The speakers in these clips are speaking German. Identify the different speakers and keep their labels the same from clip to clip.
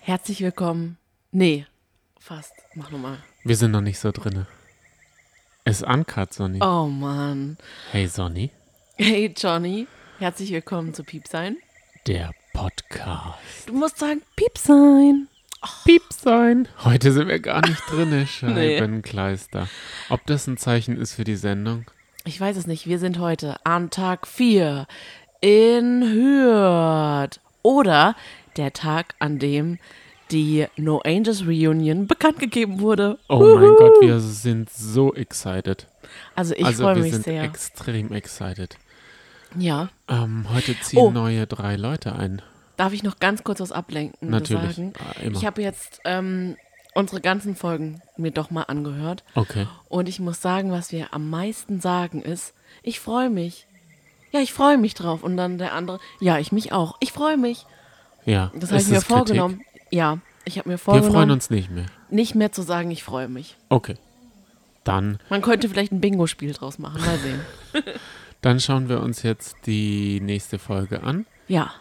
Speaker 1: Herzlich willkommen. Nee, fast. Mach nochmal.
Speaker 2: Wir sind noch nicht so drinne. Es ankert, Sonny.
Speaker 1: Oh Mann.
Speaker 2: Hey, Sonny.
Speaker 1: Hey Johnny, herzlich willkommen zu Piep sein.
Speaker 2: Der Podcast.
Speaker 1: Du musst sagen Piep sein.
Speaker 2: Piep sein. Heute sind wir gar nicht drinne, Scheibenkleister. Ob das ein Zeichen ist für die Sendung?
Speaker 1: Ich weiß es nicht, wir sind heute an Tag 4 in Hürth. Oder der Tag, an dem die No Angels Reunion bekannt gegeben wurde.
Speaker 2: Oh mein Gott, wir sind so excited.
Speaker 1: Also ich
Speaker 2: also
Speaker 1: freue
Speaker 2: wir
Speaker 1: mich
Speaker 2: sind
Speaker 1: sehr.
Speaker 2: extrem excited.
Speaker 1: Ja.
Speaker 2: Ähm, heute ziehen
Speaker 1: Oh.
Speaker 2: neue drei Leute ein.
Speaker 1: Darf ich noch ganz kurz was ablenken
Speaker 2: Natürlich.
Speaker 1: sagen?
Speaker 2: Ah, immer.
Speaker 1: Ich habe jetzt ähm, unsere ganzen Folgen mir doch mal angehört.
Speaker 2: Okay.
Speaker 1: Und ich muss sagen, was wir am meisten sagen ist, ich freue mich. Ja, ich freue mich drauf. Und dann der andere, ja, ich mich auch. Ich freue mich.
Speaker 2: Ja.
Speaker 1: Das habe
Speaker 2: ist
Speaker 1: ich mir
Speaker 2: das Kritik?
Speaker 1: vorgenommen. Ja, ich habe mir
Speaker 2: Wir
Speaker 1: vorgenommen,
Speaker 2: freuen uns nicht mehr.
Speaker 1: nicht mehr zu sagen, ich freue mich.
Speaker 2: Okay. Dann
Speaker 1: Man könnte vielleicht ein Bingo-Spiel draus machen. Mal sehen.
Speaker 2: Dann schauen wir uns jetzt die nächste Folge an.
Speaker 1: ja,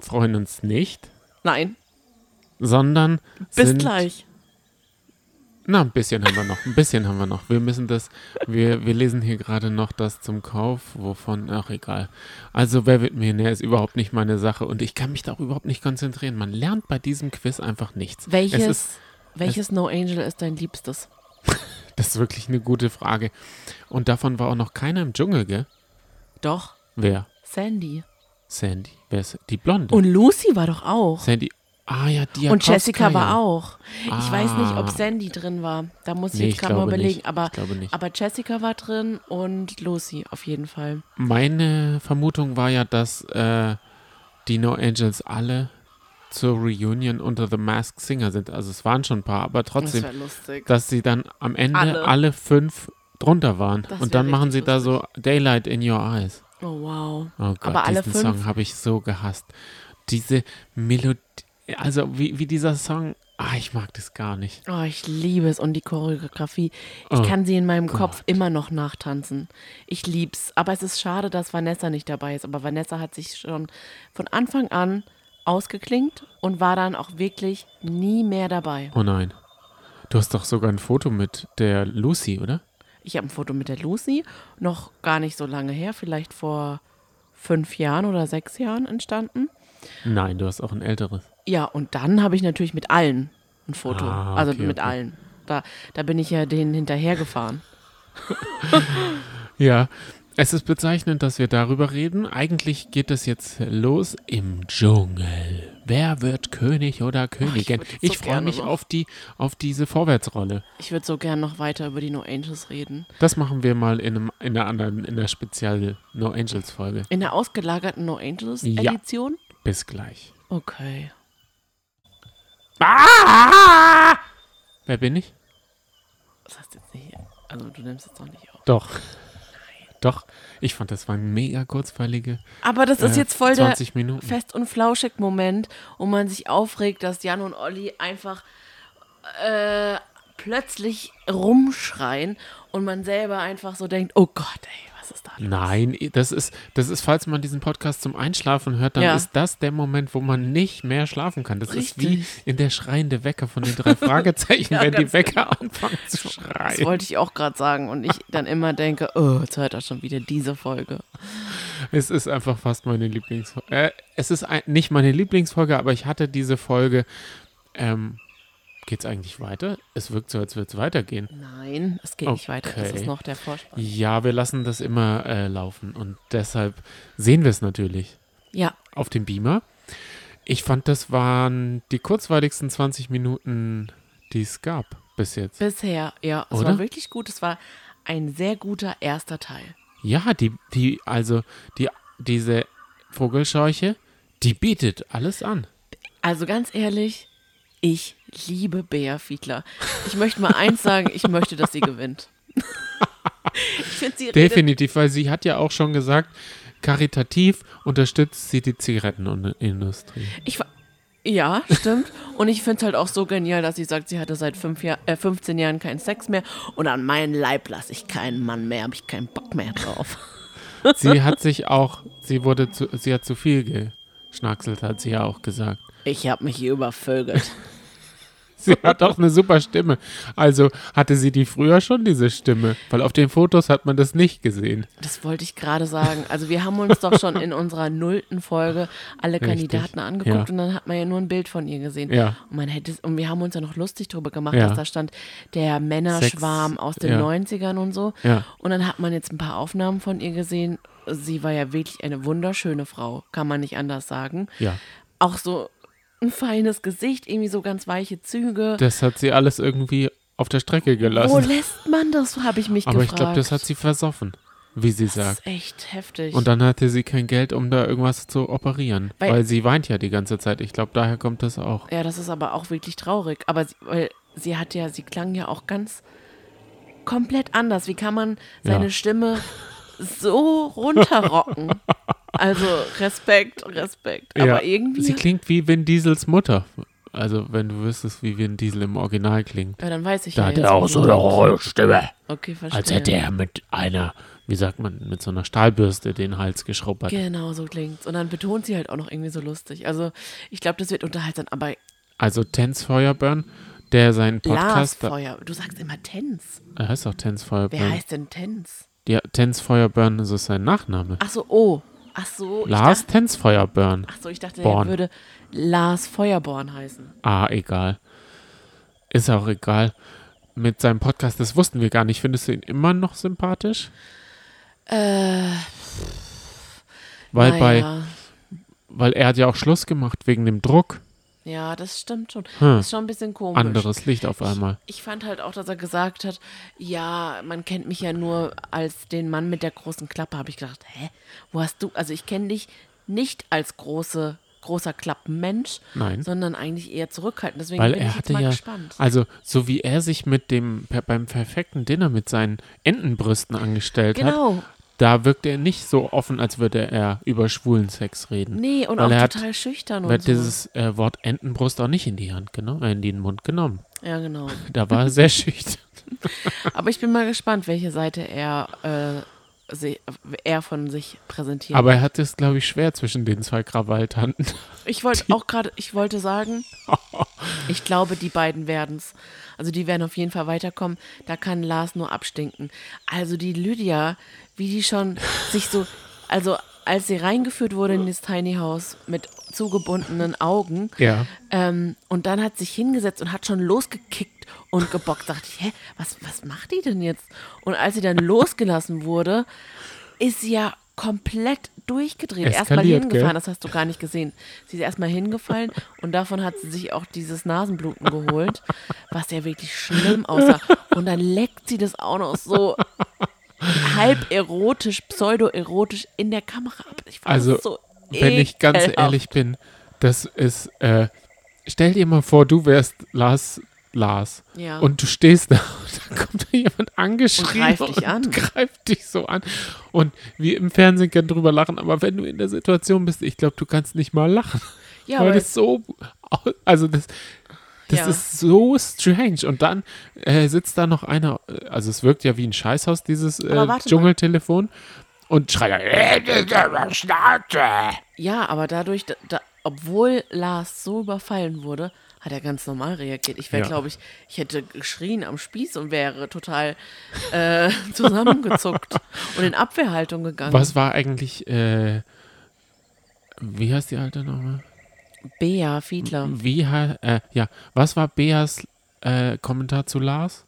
Speaker 2: Freuen uns nicht,
Speaker 1: nein.
Speaker 2: sondern
Speaker 1: Bis
Speaker 2: sind,
Speaker 1: gleich.
Speaker 2: Na, ein bisschen haben wir noch. Ein bisschen haben wir noch. Wir müssen das. Wir, wir lesen hier gerade noch das zum Kauf, wovon. Ach, egal. Also, wer wird Millionär ist überhaupt nicht meine Sache und ich kann mich da auch überhaupt nicht konzentrieren. Man lernt bei diesem Quiz einfach nichts.
Speaker 1: Welches,
Speaker 2: Es ist,
Speaker 1: welches No Angel ist dein Liebstes?
Speaker 2: das ist wirklich eine gute Frage. Und davon war auch noch keiner im Dschungel, gell?
Speaker 1: Doch,
Speaker 2: Wer?
Speaker 1: Sandy.
Speaker 2: Sandy. Wer ist die Blonde?
Speaker 1: Und Lucy war doch auch.
Speaker 2: Sandy. Ah ja, die
Speaker 1: Und Jessica war auch. Ich
Speaker 2: Ah.
Speaker 1: weiß nicht, ob Sandy drin war. Da muss ich
Speaker 2: Nee,
Speaker 1: jetzt
Speaker 2: ich
Speaker 1: gerade mal
Speaker 2: glaube
Speaker 1: überlegen.
Speaker 2: nicht.
Speaker 1: Aber,
Speaker 2: Ich glaube nicht.
Speaker 1: aber Jessica war drin und Lucy auf jeden Fall.
Speaker 2: Meine Vermutung war ja, dass äh, die No Angels alle zur Reunion unter The Masked Singer sind. Also es waren schon ein paar, aber trotzdem,
Speaker 1: wär lustig.
Speaker 2: dass sie dann am Ende
Speaker 1: Alle.
Speaker 2: alle, fünf drunter waren.
Speaker 1: Das
Speaker 2: Und
Speaker 1: wär
Speaker 2: dann machen sie
Speaker 1: richtig
Speaker 2: da so Daylight in Your Eyes.
Speaker 1: Oh wow.
Speaker 2: Oh Gott,
Speaker 1: Aber alle
Speaker 2: diesen
Speaker 1: fünf-
Speaker 2: Song habe ich so gehasst. Diese Melodie, also wie, wie dieser Song, ah, ich mag das gar nicht.
Speaker 1: Oh, ich liebe es und die Choreografie. Ich
Speaker 2: Oh
Speaker 1: kann sie in meinem Kopf immer noch nachtanzen. Ich lieb's. Aber es ist schade, dass Vanessa nicht dabei ist. Aber Vanessa hat sich schon von Anfang an ausgeklingt und war dann auch wirklich nie mehr dabei.
Speaker 2: Oh nein. Du hast doch sogar ein Foto mit der Lucy, oder?
Speaker 1: Ich habe ein Foto mit der Lucy, noch gar nicht so lange her, vielleicht vor fünf Jahren oder sechs Jahren entstanden.
Speaker 2: Nein, du hast auch ein älteres.
Speaker 1: Ja, und dann habe ich natürlich mit allen ein Foto.
Speaker 2: Ah,
Speaker 1: also
Speaker 2: okay,
Speaker 1: mit
Speaker 2: okay.
Speaker 1: allen. Da, da bin ich ja denen hinterhergefahren.
Speaker 2: Ja, es ist bezeichnend, dass wir darüber reden. Eigentlich geht es jetzt los im Dschungel. Wer wird König oder Königin?
Speaker 1: würd jetzt so
Speaker 2: ich freue
Speaker 1: gerne
Speaker 2: mich
Speaker 1: noch.
Speaker 2: auf, die, auf diese Vorwärtsrolle.
Speaker 1: Ich würde so gern noch weiter über die No Angels reden.
Speaker 2: Das machen wir mal in, einem, in einer anderen, in der Spezial No Angels Folge.
Speaker 1: In der ausgelagerten No Angels
Speaker 2: Ja.
Speaker 1: Edition?
Speaker 2: Bis gleich.
Speaker 1: Okay.
Speaker 2: Ah! Wer bin ich?
Speaker 1: Das heißt jetzt nicht. Also du nimmst jetzt noch nicht auf.
Speaker 2: Doch. Doch. Ich fand, das waren mega kurzweilige
Speaker 1: Aber das ist
Speaker 2: äh,
Speaker 1: jetzt voll der
Speaker 2: 20 Minuten.
Speaker 1: Fest- und Flauschig-Moment, wo man sich aufregt, dass Jan und Olli einfach äh, plötzlich rumschreien und man selber einfach so denkt, oh Gott, ey, was ist da los?
Speaker 2: Nein, das ist, das ist, falls man diesen Podcast zum Einschlafen hört, dann
Speaker 1: Ja.
Speaker 2: ist das der Moment, wo man nicht mehr schlafen kann. Das
Speaker 1: Richtig.
Speaker 2: ist wie in der schreiende Wecker von den drei Fragezeichen,
Speaker 1: Ja,
Speaker 2: wenn die
Speaker 1: ganz genau.
Speaker 2: Wecker anfangen zu
Speaker 1: Das
Speaker 2: schreien.
Speaker 1: wollte ich auch gerade sagen und ich dann immer denke, oh, jetzt hört er schon wieder diese Folge.
Speaker 2: Es ist einfach fast meine Lieblingsfolge. Äh, es ist ein, nicht meine Lieblingsfolge, aber ich hatte diese Folge. Ähm, geht's eigentlich weiter? Es wirkt so, als würde es weitergehen.
Speaker 1: Nein, es geht nicht weiter. Das
Speaker 2: Okay.
Speaker 1: ist noch der Vorspann.
Speaker 2: Ja, wir lassen das immer äh, laufen und deshalb sehen wir es natürlich.
Speaker 1: Ja,
Speaker 2: auf dem Beamer. Ich fand, das waren die kurzweiligsten 20 Minuten, die es gab bis jetzt.
Speaker 1: bisher, ja. Es war
Speaker 2: Oder?
Speaker 1: wirklich gut. Es war ein sehr guter erster Teil.
Speaker 2: Ja, die, die, also, die, diese Vogelscheuche, die bietet alles an.
Speaker 1: Also ganz ehrlich, ich liebe Bea Fiedler. Ich möchte mal eins sagen, ich möchte, dass sie gewinnt. ich finde sie redet,
Speaker 2: Definitiv, weil sie hat ja auch schon gesagt, karitativ unterstützt sie die Zigarettenindustrie.
Speaker 1: ich, wa- Ja, stimmt. Und ich finde es halt auch so genial, dass sie sagt, sie hatte seit fünf Jahr, äh, 15 Jahren keinen Sex mehr und an meinen Leib lasse ich keinen Mann mehr, habe ich keinen Bock mehr drauf.
Speaker 2: Sie hat sich auch, sie wurde zu, sie hat zu viel ge, Schnackselt hat sie ja auch gesagt.
Speaker 1: Ich habe mich hier übervögelt.
Speaker 2: Sie hat auch eine super Stimme. Also hatte sie die früher schon, diese Stimme? Weil auf den Fotos hat man das nicht gesehen.
Speaker 1: Das wollte ich gerade sagen. Also wir haben uns doch schon in unserer nullten Folge alle
Speaker 2: Richtig,
Speaker 1: Kandidaten angeguckt
Speaker 2: ja.
Speaker 1: und dann hat man ja nur ein Bild von ihr gesehen.
Speaker 2: Ja.
Speaker 1: Und, man hätte, es- und wir haben uns ja noch lustig drüber gemacht,
Speaker 2: Ja.
Speaker 1: dass da stand der Männerschwarm
Speaker 2: Sex,
Speaker 1: aus den
Speaker 2: ja.
Speaker 1: 90ern und so.
Speaker 2: Ja.
Speaker 1: Und dann hat man jetzt ein paar Aufnahmen von ihr gesehen. Sie war ja wirklich eine wunderschöne Frau, kann man nicht anders sagen.
Speaker 2: Ja.
Speaker 1: Auch so ein feines Gesicht, irgendwie so ganz weiche Züge.
Speaker 2: Das hat sie alles irgendwie auf der Strecke
Speaker 1: Wo
Speaker 2: gelassen.
Speaker 1: lässt man das, habe ich mich
Speaker 2: Aber ich
Speaker 1: gefragt.
Speaker 2: glaube, das hat sie versoffen, wie sie
Speaker 1: Das
Speaker 2: sagt.
Speaker 1: ist echt heftig.
Speaker 2: Und dann hatte sie kein Geld, um da irgendwas zu operieren.
Speaker 1: Weil-
Speaker 2: Weil, sie weint ja die ganze Zeit. Ich glaube, daher kommt das auch.
Speaker 1: Ja, das ist aber auch wirklich traurig. Aber sie, weil sie hat ja, sie klang ja auch ganz komplett anders. Wie kann man seine
Speaker 2: Ja.
Speaker 1: Stimme so runterrocken? also Respekt, Respekt.
Speaker 2: ja,
Speaker 1: Aber irgendwie.
Speaker 2: Sie klingt wie Vin Diesels Mutter. Also, wenn du wüsstest, wie Vin Diesel im Original klingt.
Speaker 1: ja, dann weiß ich
Speaker 2: Da
Speaker 1: ja
Speaker 2: hat
Speaker 1: jetzt,
Speaker 2: er auch
Speaker 1: warum.
Speaker 2: so eine hohe Stimme.
Speaker 1: Okay, verstehe.
Speaker 2: Als hätte er mit einer, wie sagt man, mit so einer Stahlbürste den Hals geschrubbert.
Speaker 1: Genau, so klingt's. Und dann betont sie halt auch noch irgendwie so lustig. Also, ich glaube, das wird unterhaltsam. Aber
Speaker 2: Also Tens Feuerburn, der seinen
Speaker 1: Lars
Speaker 2: Podcast.
Speaker 1: Feuer, du sagst immer Tens.
Speaker 2: Er heißt auch Tens
Speaker 1: Wer
Speaker 2: Feuerburn.
Speaker 1: heißt denn Tens?
Speaker 2: Ja, Tens Feuerburn, das ist sein Nachname.
Speaker 1: Ach so, oh. Ach so, ich
Speaker 2: Lars Tens Feuerburn.
Speaker 1: Ach so, ich dachte, er
Speaker 2: Born.
Speaker 1: würde Lars Feuerborn heißen.
Speaker 2: Ah, egal. Ist auch egal. Mit seinem Podcast, das wussten wir gar nicht. Findest du ihn immer noch sympathisch?
Speaker 1: Äh,
Speaker 2: Weil, bei,
Speaker 1: naja.
Speaker 2: weil er hat ja auch Schluss gemacht wegen dem Druck.
Speaker 1: Ja, das stimmt schon.
Speaker 2: Hm.
Speaker 1: Ist schon ein bisschen komisch.
Speaker 2: Anderes Licht auf einmal.
Speaker 1: Ich fand halt auch, dass er gesagt hat, ja, man kennt mich ja nur als den Mann mit der großen Klappe. Habe ich gedacht, hä, wo hast du, also ich kenne dich nicht als große, großer Klappenmensch,
Speaker 2: Nein.
Speaker 1: sondern eigentlich eher zurückhaltend. Deswegen
Speaker 2: Weil
Speaker 1: bin
Speaker 2: er
Speaker 1: ich jetzt
Speaker 2: hatte
Speaker 1: mal
Speaker 2: ja,
Speaker 1: gespannt.
Speaker 2: also so wie er sich mit dem per, beim perfekten Dinner mit seinen Entenbrüsten angestellt hat,
Speaker 1: Genau,
Speaker 2: da wirkt er nicht so offen, als würde er über schwulen Sex reden.
Speaker 1: nee, und
Speaker 2: Weil er
Speaker 1: auch
Speaker 2: hat-
Speaker 1: total schüchtern
Speaker 2: Er
Speaker 1: und
Speaker 2: hat
Speaker 1: so.
Speaker 2: dieses äh, Wort Entenbrust auch nicht in die Hand genommen, äh, in den Mund genommen.
Speaker 1: ja, genau.
Speaker 2: Da war er sehr schüchtern.
Speaker 1: Aber ich bin mal gespannt, welche Seite er, äh, sie, er von sich präsentiert.
Speaker 2: Aber er hatte es, glaube ich, schwer zwischen den zwei Krawalltanten.
Speaker 1: ich wollte auch gerade, ich wollte sagen, ich glaube, die beiden werden's. Also die werden auf jeden Fall weiterkommen. Da kann Lars nur abstinken. Also die Lydia, wie die schon sich so, also als sie reingeführt wurde in das Tiny House mit zugebundenen Augen,
Speaker 2: Ja.
Speaker 1: ähm, und dann hat sich hingesetzt und hat schon losgekickt und gebockt. Dachte ich, hä, was, was macht die denn jetzt? Und als sie dann losgelassen wurde, ist sie ja komplett durchgedreht. erstmal
Speaker 2: Eskaliert,
Speaker 1: hingefallen,
Speaker 2: gell?
Speaker 1: das hast du gar nicht gesehen. Sie ist erstmal hingefallen und davon hat sie sich auch dieses Nasenbluten geholt, was ja wirklich schlimm aussah. Und dann leckt sie das auch noch so halb erotisch, pseudo-erotisch in der Kamera ab. Ich fand
Speaker 2: Also,
Speaker 1: das so
Speaker 2: Wenn ich ganz
Speaker 1: ekelhaft.
Speaker 2: ehrlich bin, das ist, äh, stell dir mal vor, du wärst Lars, Lars.
Speaker 1: Ja.
Speaker 2: Und du stehst da und dann kommt da jemand angeschrien
Speaker 1: Und greift dich an.
Speaker 2: greift dich so an. Und wir im Fernsehen können drüber lachen, aber wenn du in der Situation bist, ich glaube, du kannst nicht mal lachen.
Speaker 1: ja,
Speaker 2: weil
Speaker 1: aber
Speaker 2: das so, also das, das
Speaker 1: Ja.
Speaker 2: ist so strange. Und dann äh, sitzt da noch einer, äh, also es wirkt ja wie ein Scheißhaus, dieses äh,
Speaker 1: Aber warte mal.
Speaker 2: Dschungeltelefon. Und schreit "Äh, dann, Schnauze.
Speaker 1: Ja, aber dadurch, da, da, obwohl Lars so überfallen wurde, hat er ganz normal reagiert. Ich wäre,
Speaker 2: Ja.
Speaker 1: glaube ich, ich hätte geschrien am Spieß und wäre total äh, zusammengezuckt und in Abwehrhaltung gegangen.
Speaker 2: Was war eigentlich, äh, wie heißt die alte nochmal?
Speaker 1: Bea Fiedler.
Speaker 2: Wie heißt, äh, ja, was war Beas äh, Kommentar zu Lars?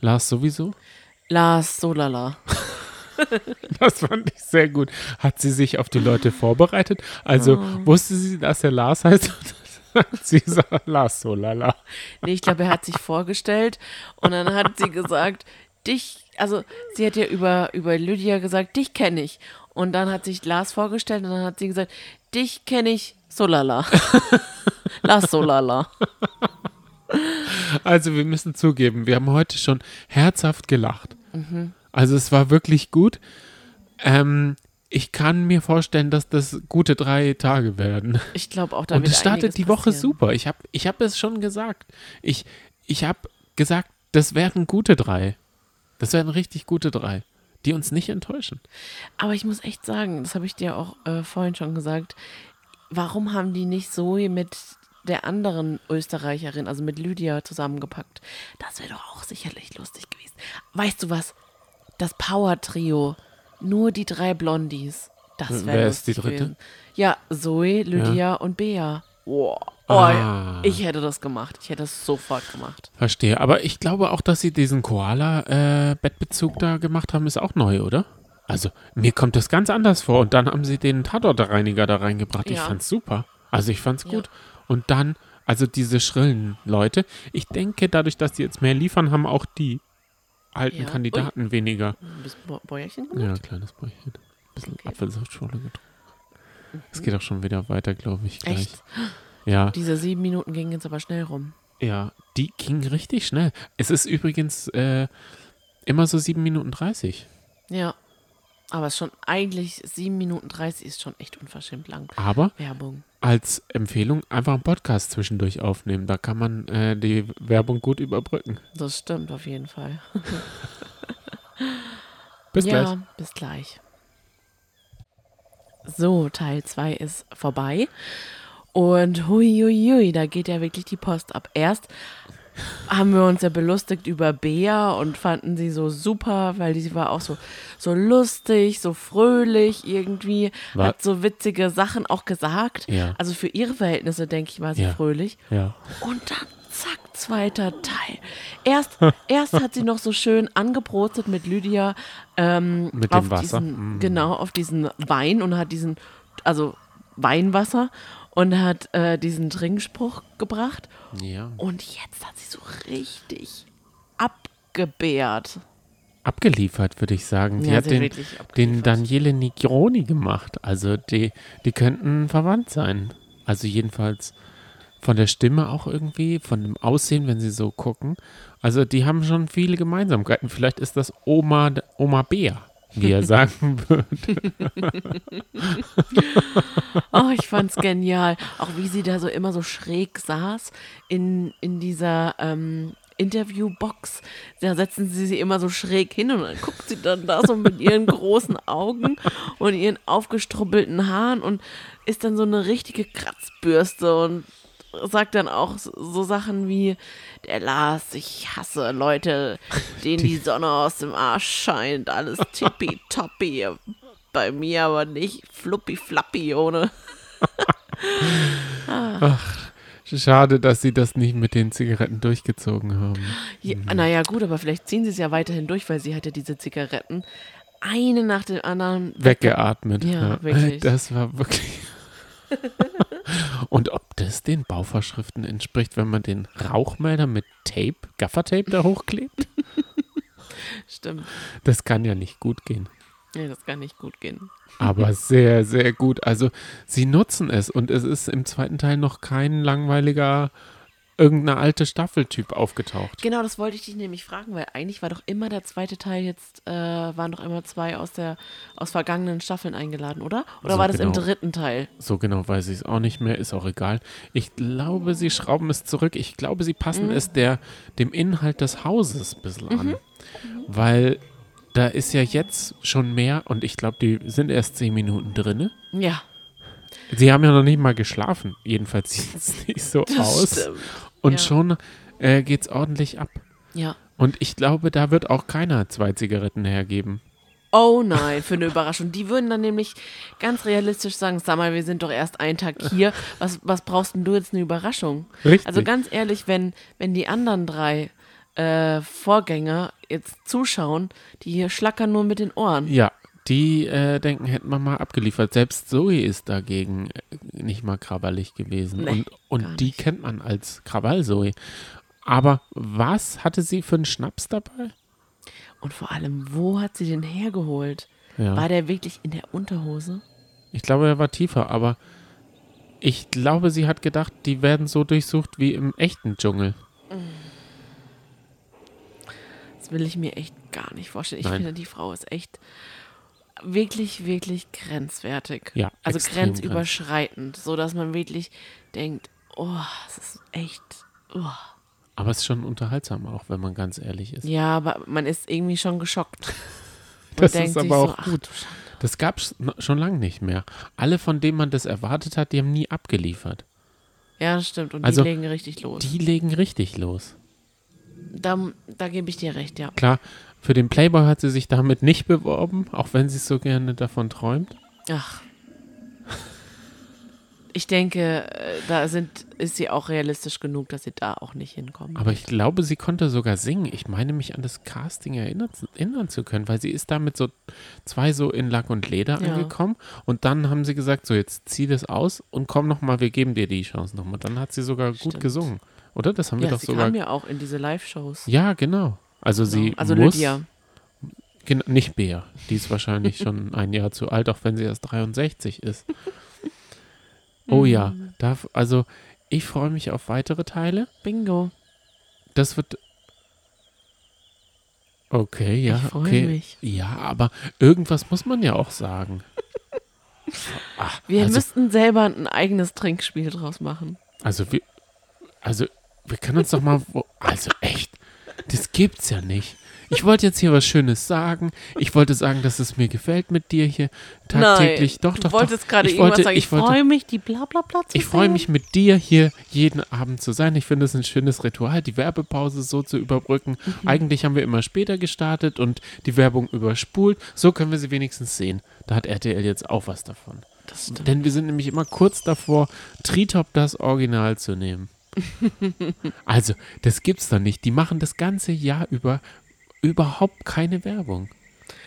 Speaker 2: Lars sowieso?
Speaker 1: Lars Solala.
Speaker 2: Das fand ich sehr gut. Hat sie sich auf die Leute vorbereitet? Also wusste sie, dass er Lars heißt? sie sagt Lars so lala.
Speaker 1: Nee, ich glaube, er hat sich vorgestellt und dann hat sie gesagt, dich, also sie hat ja über, über Lydia gesagt, dich kenne ich. Und dann hat sich Lars vorgestellt und dann hat sie gesagt, dich kenne ich Solala. Lars Solala.
Speaker 2: Also wir müssen zugeben, wir haben heute schon herzhaft gelacht. Also es war wirklich gut. Ähm, ich kann mir vorstellen, dass das gute drei Tage werden.
Speaker 1: Ich glaube auch, da
Speaker 2: Und
Speaker 1: wird
Speaker 2: es startet
Speaker 1: einiges
Speaker 2: die Woche
Speaker 1: passieren.
Speaker 2: super. Ich habe ich hab es schon gesagt. Ich, ich habe gesagt, das werden gute drei. Das werden richtig gute drei, die uns nicht enttäuschen.
Speaker 1: Aber ich muss echt sagen, das habe ich dir auch äh, vorhin schon gesagt, warum haben die nicht Zoe mit der anderen Österreicherin, also mit Lydia, zusammengepackt? Das wäre doch auch sicherlich lustig gewesen. Weißt du was? Das Power-Trio, nur die drei Blondies. Das wäre
Speaker 2: Wer ist
Speaker 1: lustig
Speaker 2: die dritte?
Speaker 1: Gewesen. Ja, Zoe, Lydia
Speaker 2: Ja.
Speaker 1: und Bea. Wow. Oh,
Speaker 2: Ah.
Speaker 1: Ich hätte das gemacht. Ich hätte es sofort gemacht.
Speaker 2: Verstehe. Aber ich glaube auch, dass sie diesen Koala-Bettbezug da gemacht haben, ist auch neu, oder? Also, mir kommt das ganz anders vor. Und dann haben sie den Tatortreiniger da reingebracht. Ich
Speaker 1: Ja.
Speaker 2: fand's super. Also, ich fand's
Speaker 1: Ja.
Speaker 2: gut. Und dann, also diese schrillen Leute. Ich denke, dadurch, dass die jetzt mehr liefern, haben auch die alten
Speaker 1: Ja.
Speaker 2: Kandidaten weniger.
Speaker 1: Ein bisschen Bo- Bäuerchen gemacht?
Speaker 2: Ja, kleines Bäuchchen. Bisschen
Speaker 1: Okay. Mhm.
Speaker 2: Apfelsaftschorle getrunken. Es geht auch schon wieder weiter, glaube ich. Gleich.
Speaker 1: Echt?
Speaker 2: Ja.
Speaker 1: Diese sieben Minuten gingen jetzt aber schnell rum.
Speaker 2: Ja, die ging richtig schnell. Es ist übrigens äh, immer so 7 Minuten 30.
Speaker 1: Ja. Aber es ist schon eigentlich 7 Minuten 30 ist schon echt unverschämt lang.
Speaker 2: Aber
Speaker 1: Werbung.
Speaker 2: als Empfehlung einfach einen Podcast zwischendurch aufnehmen. Da kann man äh, die Werbung gut überbrücken.
Speaker 1: Das stimmt auf jeden Fall.
Speaker 2: Bis
Speaker 1: ja,
Speaker 2: gleich.
Speaker 1: bis gleich. So, Teil 2 ist vorbei. Und hui, hui, hui, da geht ja wirklich die Post ab. Erst haben wir uns ja belustigt über Bea und fanden sie so super, weil die war auch so, so lustig, so fröhlich irgendwie,
Speaker 2: War-
Speaker 1: hat so witzige Sachen auch gesagt.
Speaker 2: Ja.
Speaker 1: Also für ihre Verhältnisse, denke ich, war sie
Speaker 2: Ja.
Speaker 1: fröhlich.
Speaker 2: Ja.
Speaker 1: Und dann zack, zweiter Teil. Erst, erst hat sie noch so schön angebrotet mit Lydia ähm,
Speaker 2: Mit dem
Speaker 1: auf
Speaker 2: Wasser. Mhm.
Speaker 1: diesen, genau, auf diesen Wein und hat diesen, also Weinwasser und hat äh, diesen Trinkspruch gebracht.
Speaker 2: ja.
Speaker 1: Und jetzt hat sie so richtig abgebärt.
Speaker 2: Abgeliefert, würde ich sagen. Die
Speaker 1: Ja,
Speaker 2: hat
Speaker 1: sie
Speaker 2: den,
Speaker 1: wirklich abgeliefert.
Speaker 2: den Daniele Nigroni gemacht. Also die, die könnten verwandt sein. Also jedenfalls von der Stimme auch irgendwie, von dem Aussehen, wenn sie so gucken. Also die haben schon viele Gemeinsamkeiten. Vielleicht ist das Oma, Oma Bea, wie er sagen würde.
Speaker 1: Oh, ich fand's genial. Auch wie sie da so immer so schräg saß in, in dieser ähm, Interviewbox. Da setzen sie sie immer so schräg hin und dann guckt sie dann da so mit ihren großen Augen und ihren aufgestrubbelten Haaren und ist dann so eine richtige Kratzbürste und sagt dann auch so- so Sachen wie, der Lars, ich hasse Leute, denen die Sonne aus dem Arsch scheint, alles tippitoppi, bei mir aber nicht fluppi-flappi ohne
Speaker 2: Schade, dass sie das nicht mit den Zigaretten durchgezogen haben.
Speaker 1: Ja, Naja, gut, aber vielleicht ziehen sie es ja weiterhin durch, weil sie hat ja diese Zigaretten eine nach den anderen.
Speaker 2: Weggeatmet.
Speaker 1: Ja, wirklich.
Speaker 2: Das war wirklich. Und ob das den Bauvorschriften entspricht, wenn man den Rauchmelder mit Tape, Gaffertape da hochklebt?
Speaker 1: Stimmt.
Speaker 2: Das kann ja nicht gut gehen.
Speaker 1: Ja, das kann nicht gut gehen.
Speaker 2: Aber
Speaker 1: Mhm.
Speaker 2: sehr, sehr gut. Also sie nutzen es und es ist im zweiten Teil noch kein langweiliger, irgendeiner alte Staffeltyp aufgetaucht.
Speaker 1: Genau, das wollte ich dich nämlich fragen, weil eigentlich war doch immer der zweite Teil jetzt, äh, waren doch immer zwei aus der aus vergangenen Staffeln eingeladen, oder? Oder
Speaker 2: So
Speaker 1: war das im
Speaker 2: genau.
Speaker 1: dritten Teil?
Speaker 2: So genau weiß ich es auch nicht mehr, ist auch egal. Ich glaube, sie schrauben es zurück. Ich glaube, sie
Speaker 1: Mhm.
Speaker 2: passen es der, dem Inhalt des Hauses ein bisschen an. Weil da ist ja jetzt schon mehr und ich glaube, die sind erst zehn Minuten drinne.
Speaker 1: Ja.
Speaker 2: Sie haben ja noch nicht mal geschlafen. Jedenfalls sieht es nicht so aus.
Speaker 1: Stimmt.
Speaker 2: Und
Speaker 1: ja.
Speaker 2: schon äh, geht es ordentlich ab.
Speaker 1: Ja.
Speaker 2: Und ich glaube, da wird auch keiner zwei Zigaretten hergeben.
Speaker 1: Oh nein, für eine Überraschung. Die würden dann nämlich ganz realistisch sagen, sag mal, wir sind doch erst einen Tag hier. Was, was brauchst denn du jetzt eine Überraschung?
Speaker 2: Richtig.
Speaker 1: Also ganz ehrlich, wenn, wenn die anderen drei äh, Vorgänger jetzt zuschauen, die hier schlackern nur mit den Ohren.
Speaker 2: Ja, die äh, denken, hätten wir mal abgeliefert. Selbst Zoe ist dagegen äh, nicht mal krabbelig gewesen.
Speaker 1: Nee,
Speaker 2: und und die kennt man als Krawall-Zoe. Aber was hatte sie für einen Schnaps dabei?
Speaker 1: Und vor allem, wo hat sie den hergeholt?
Speaker 2: Ja.
Speaker 1: War der wirklich in der Unterhose?
Speaker 2: Ich glaube, er war tiefer, aber ich glaube, sie hat gedacht, die werden so durchsucht wie im echten Dschungel.
Speaker 1: Das will ich mir echt gar nicht vorstellen. Ich
Speaker 2: Nein.
Speaker 1: finde, die Frau ist echt wirklich, wirklich grenzwertig.
Speaker 2: Ja,
Speaker 1: also
Speaker 2: extrem
Speaker 1: grenzüberschreitend, so dass man wirklich denkt, oh, es ist echt. Oh.
Speaker 2: Aber es ist schon unterhaltsam, auch wenn man ganz ehrlich ist.
Speaker 1: Ja, aber man ist irgendwie schon geschockt. Man
Speaker 2: Das ist
Speaker 1: denkt sich
Speaker 2: aber
Speaker 1: so,
Speaker 2: auch
Speaker 1: ach,
Speaker 2: gut.
Speaker 1: du Schande.
Speaker 2: Das gab es schon lange nicht mehr. Alle, von denen man das erwartet hat, die haben nie abgeliefert.
Speaker 1: Ja, das stimmt. Und
Speaker 2: Also,
Speaker 1: die legen richtig los.
Speaker 2: Die legen richtig los.
Speaker 1: Da, da gebe ich dir recht, ja.
Speaker 2: Klar, für den Playboy hat sie sich damit nicht beworben, auch wenn sie so gerne davon träumt.
Speaker 1: Ach. Ich denke, äh, da sind, ist sie auch realistisch genug, dass sie da auch nicht hinkommen.
Speaker 2: Aber ich glaube, sie konnte sogar singen. Ich meine mich an das Casting erinnern, erinnern zu können, weil sie ist damit so zwei so in Lack und Leder
Speaker 1: Ja.
Speaker 2: angekommen und dann haben sie gesagt, so jetzt zieh das aus und komm nochmal, wir geben dir die Chance nochmal. Dann hat sie sogar gut
Speaker 1: Stimmt.
Speaker 2: gesungen, oder? Das haben wir
Speaker 1: Ja,
Speaker 2: doch
Speaker 1: sie
Speaker 2: sogar.
Speaker 1: kam ja auch in diese Live-Shows.
Speaker 2: Ja, genau. Also sie
Speaker 1: Genau. also
Speaker 2: muss,
Speaker 1: Lydia.
Speaker 2: Gen nicht Bea, die ist wahrscheinlich schon ein Jahr zu alt, auch wenn sie erst 63 ist. Oh ja,
Speaker 1: Hm.
Speaker 2: darf, also ich freue mich auf weitere Teile.
Speaker 1: Bingo.
Speaker 2: Das wird. Okay, ja,
Speaker 1: Ich freu
Speaker 2: okay.
Speaker 1: mich.
Speaker 2: Ja, aber irgendwas muss man ja auch sagen. Ah,
Speaker 1: Wir
Speaker 2: also,
Speaker 1: müssten selber ein eigenes Trinkspiel draus machen.
Speaker 2: also wir, also wir können uns doch mal, wo- also echt, das gibt's ja nicht. Ich wollte jetzt hier was Schönes sagen. Ich wollte sagen, dass es mir gefällt mit dir hier tagtäglich.
Speaker 1: Nein,
Speaker 2: doch, doch,
Speaker 1: du wolltest
Speaker 2: doch.
Speaker 1: gerade
Speaker 2: ich
Speaker 1: irgendwas
Speaker 2: wollte,
Speaker 1: sagen.
Speaker 2: Ich,
Speaker 1: Ich,
Speaker 2: wollte,
Speaker 1: freue mich, die bla bla bla zu
Speaker 2: ich freue
Speaker 1: sehen.
Speaker 2: mich mit dir hier jeden Abend zu sein. Ich finde es ein schönes Ritual, die Werbepause so zu überbrücken.
Speaker 1: Mhm.
Speaker 2: Eigentlich haben wir immer später gestartet und die Werbung überspult. So können wir sie wenigstens sehen. Da hat RTL jetzt auch was davon.
Speaker 1: Das stimmt.
Speaker 2: Denn wir sind nämlich immer kurz davor, Tritop das Original zu nehmen. also, das gibt's doch nicht. Die machen das ganze Jahr über überhaupt keine Werbung.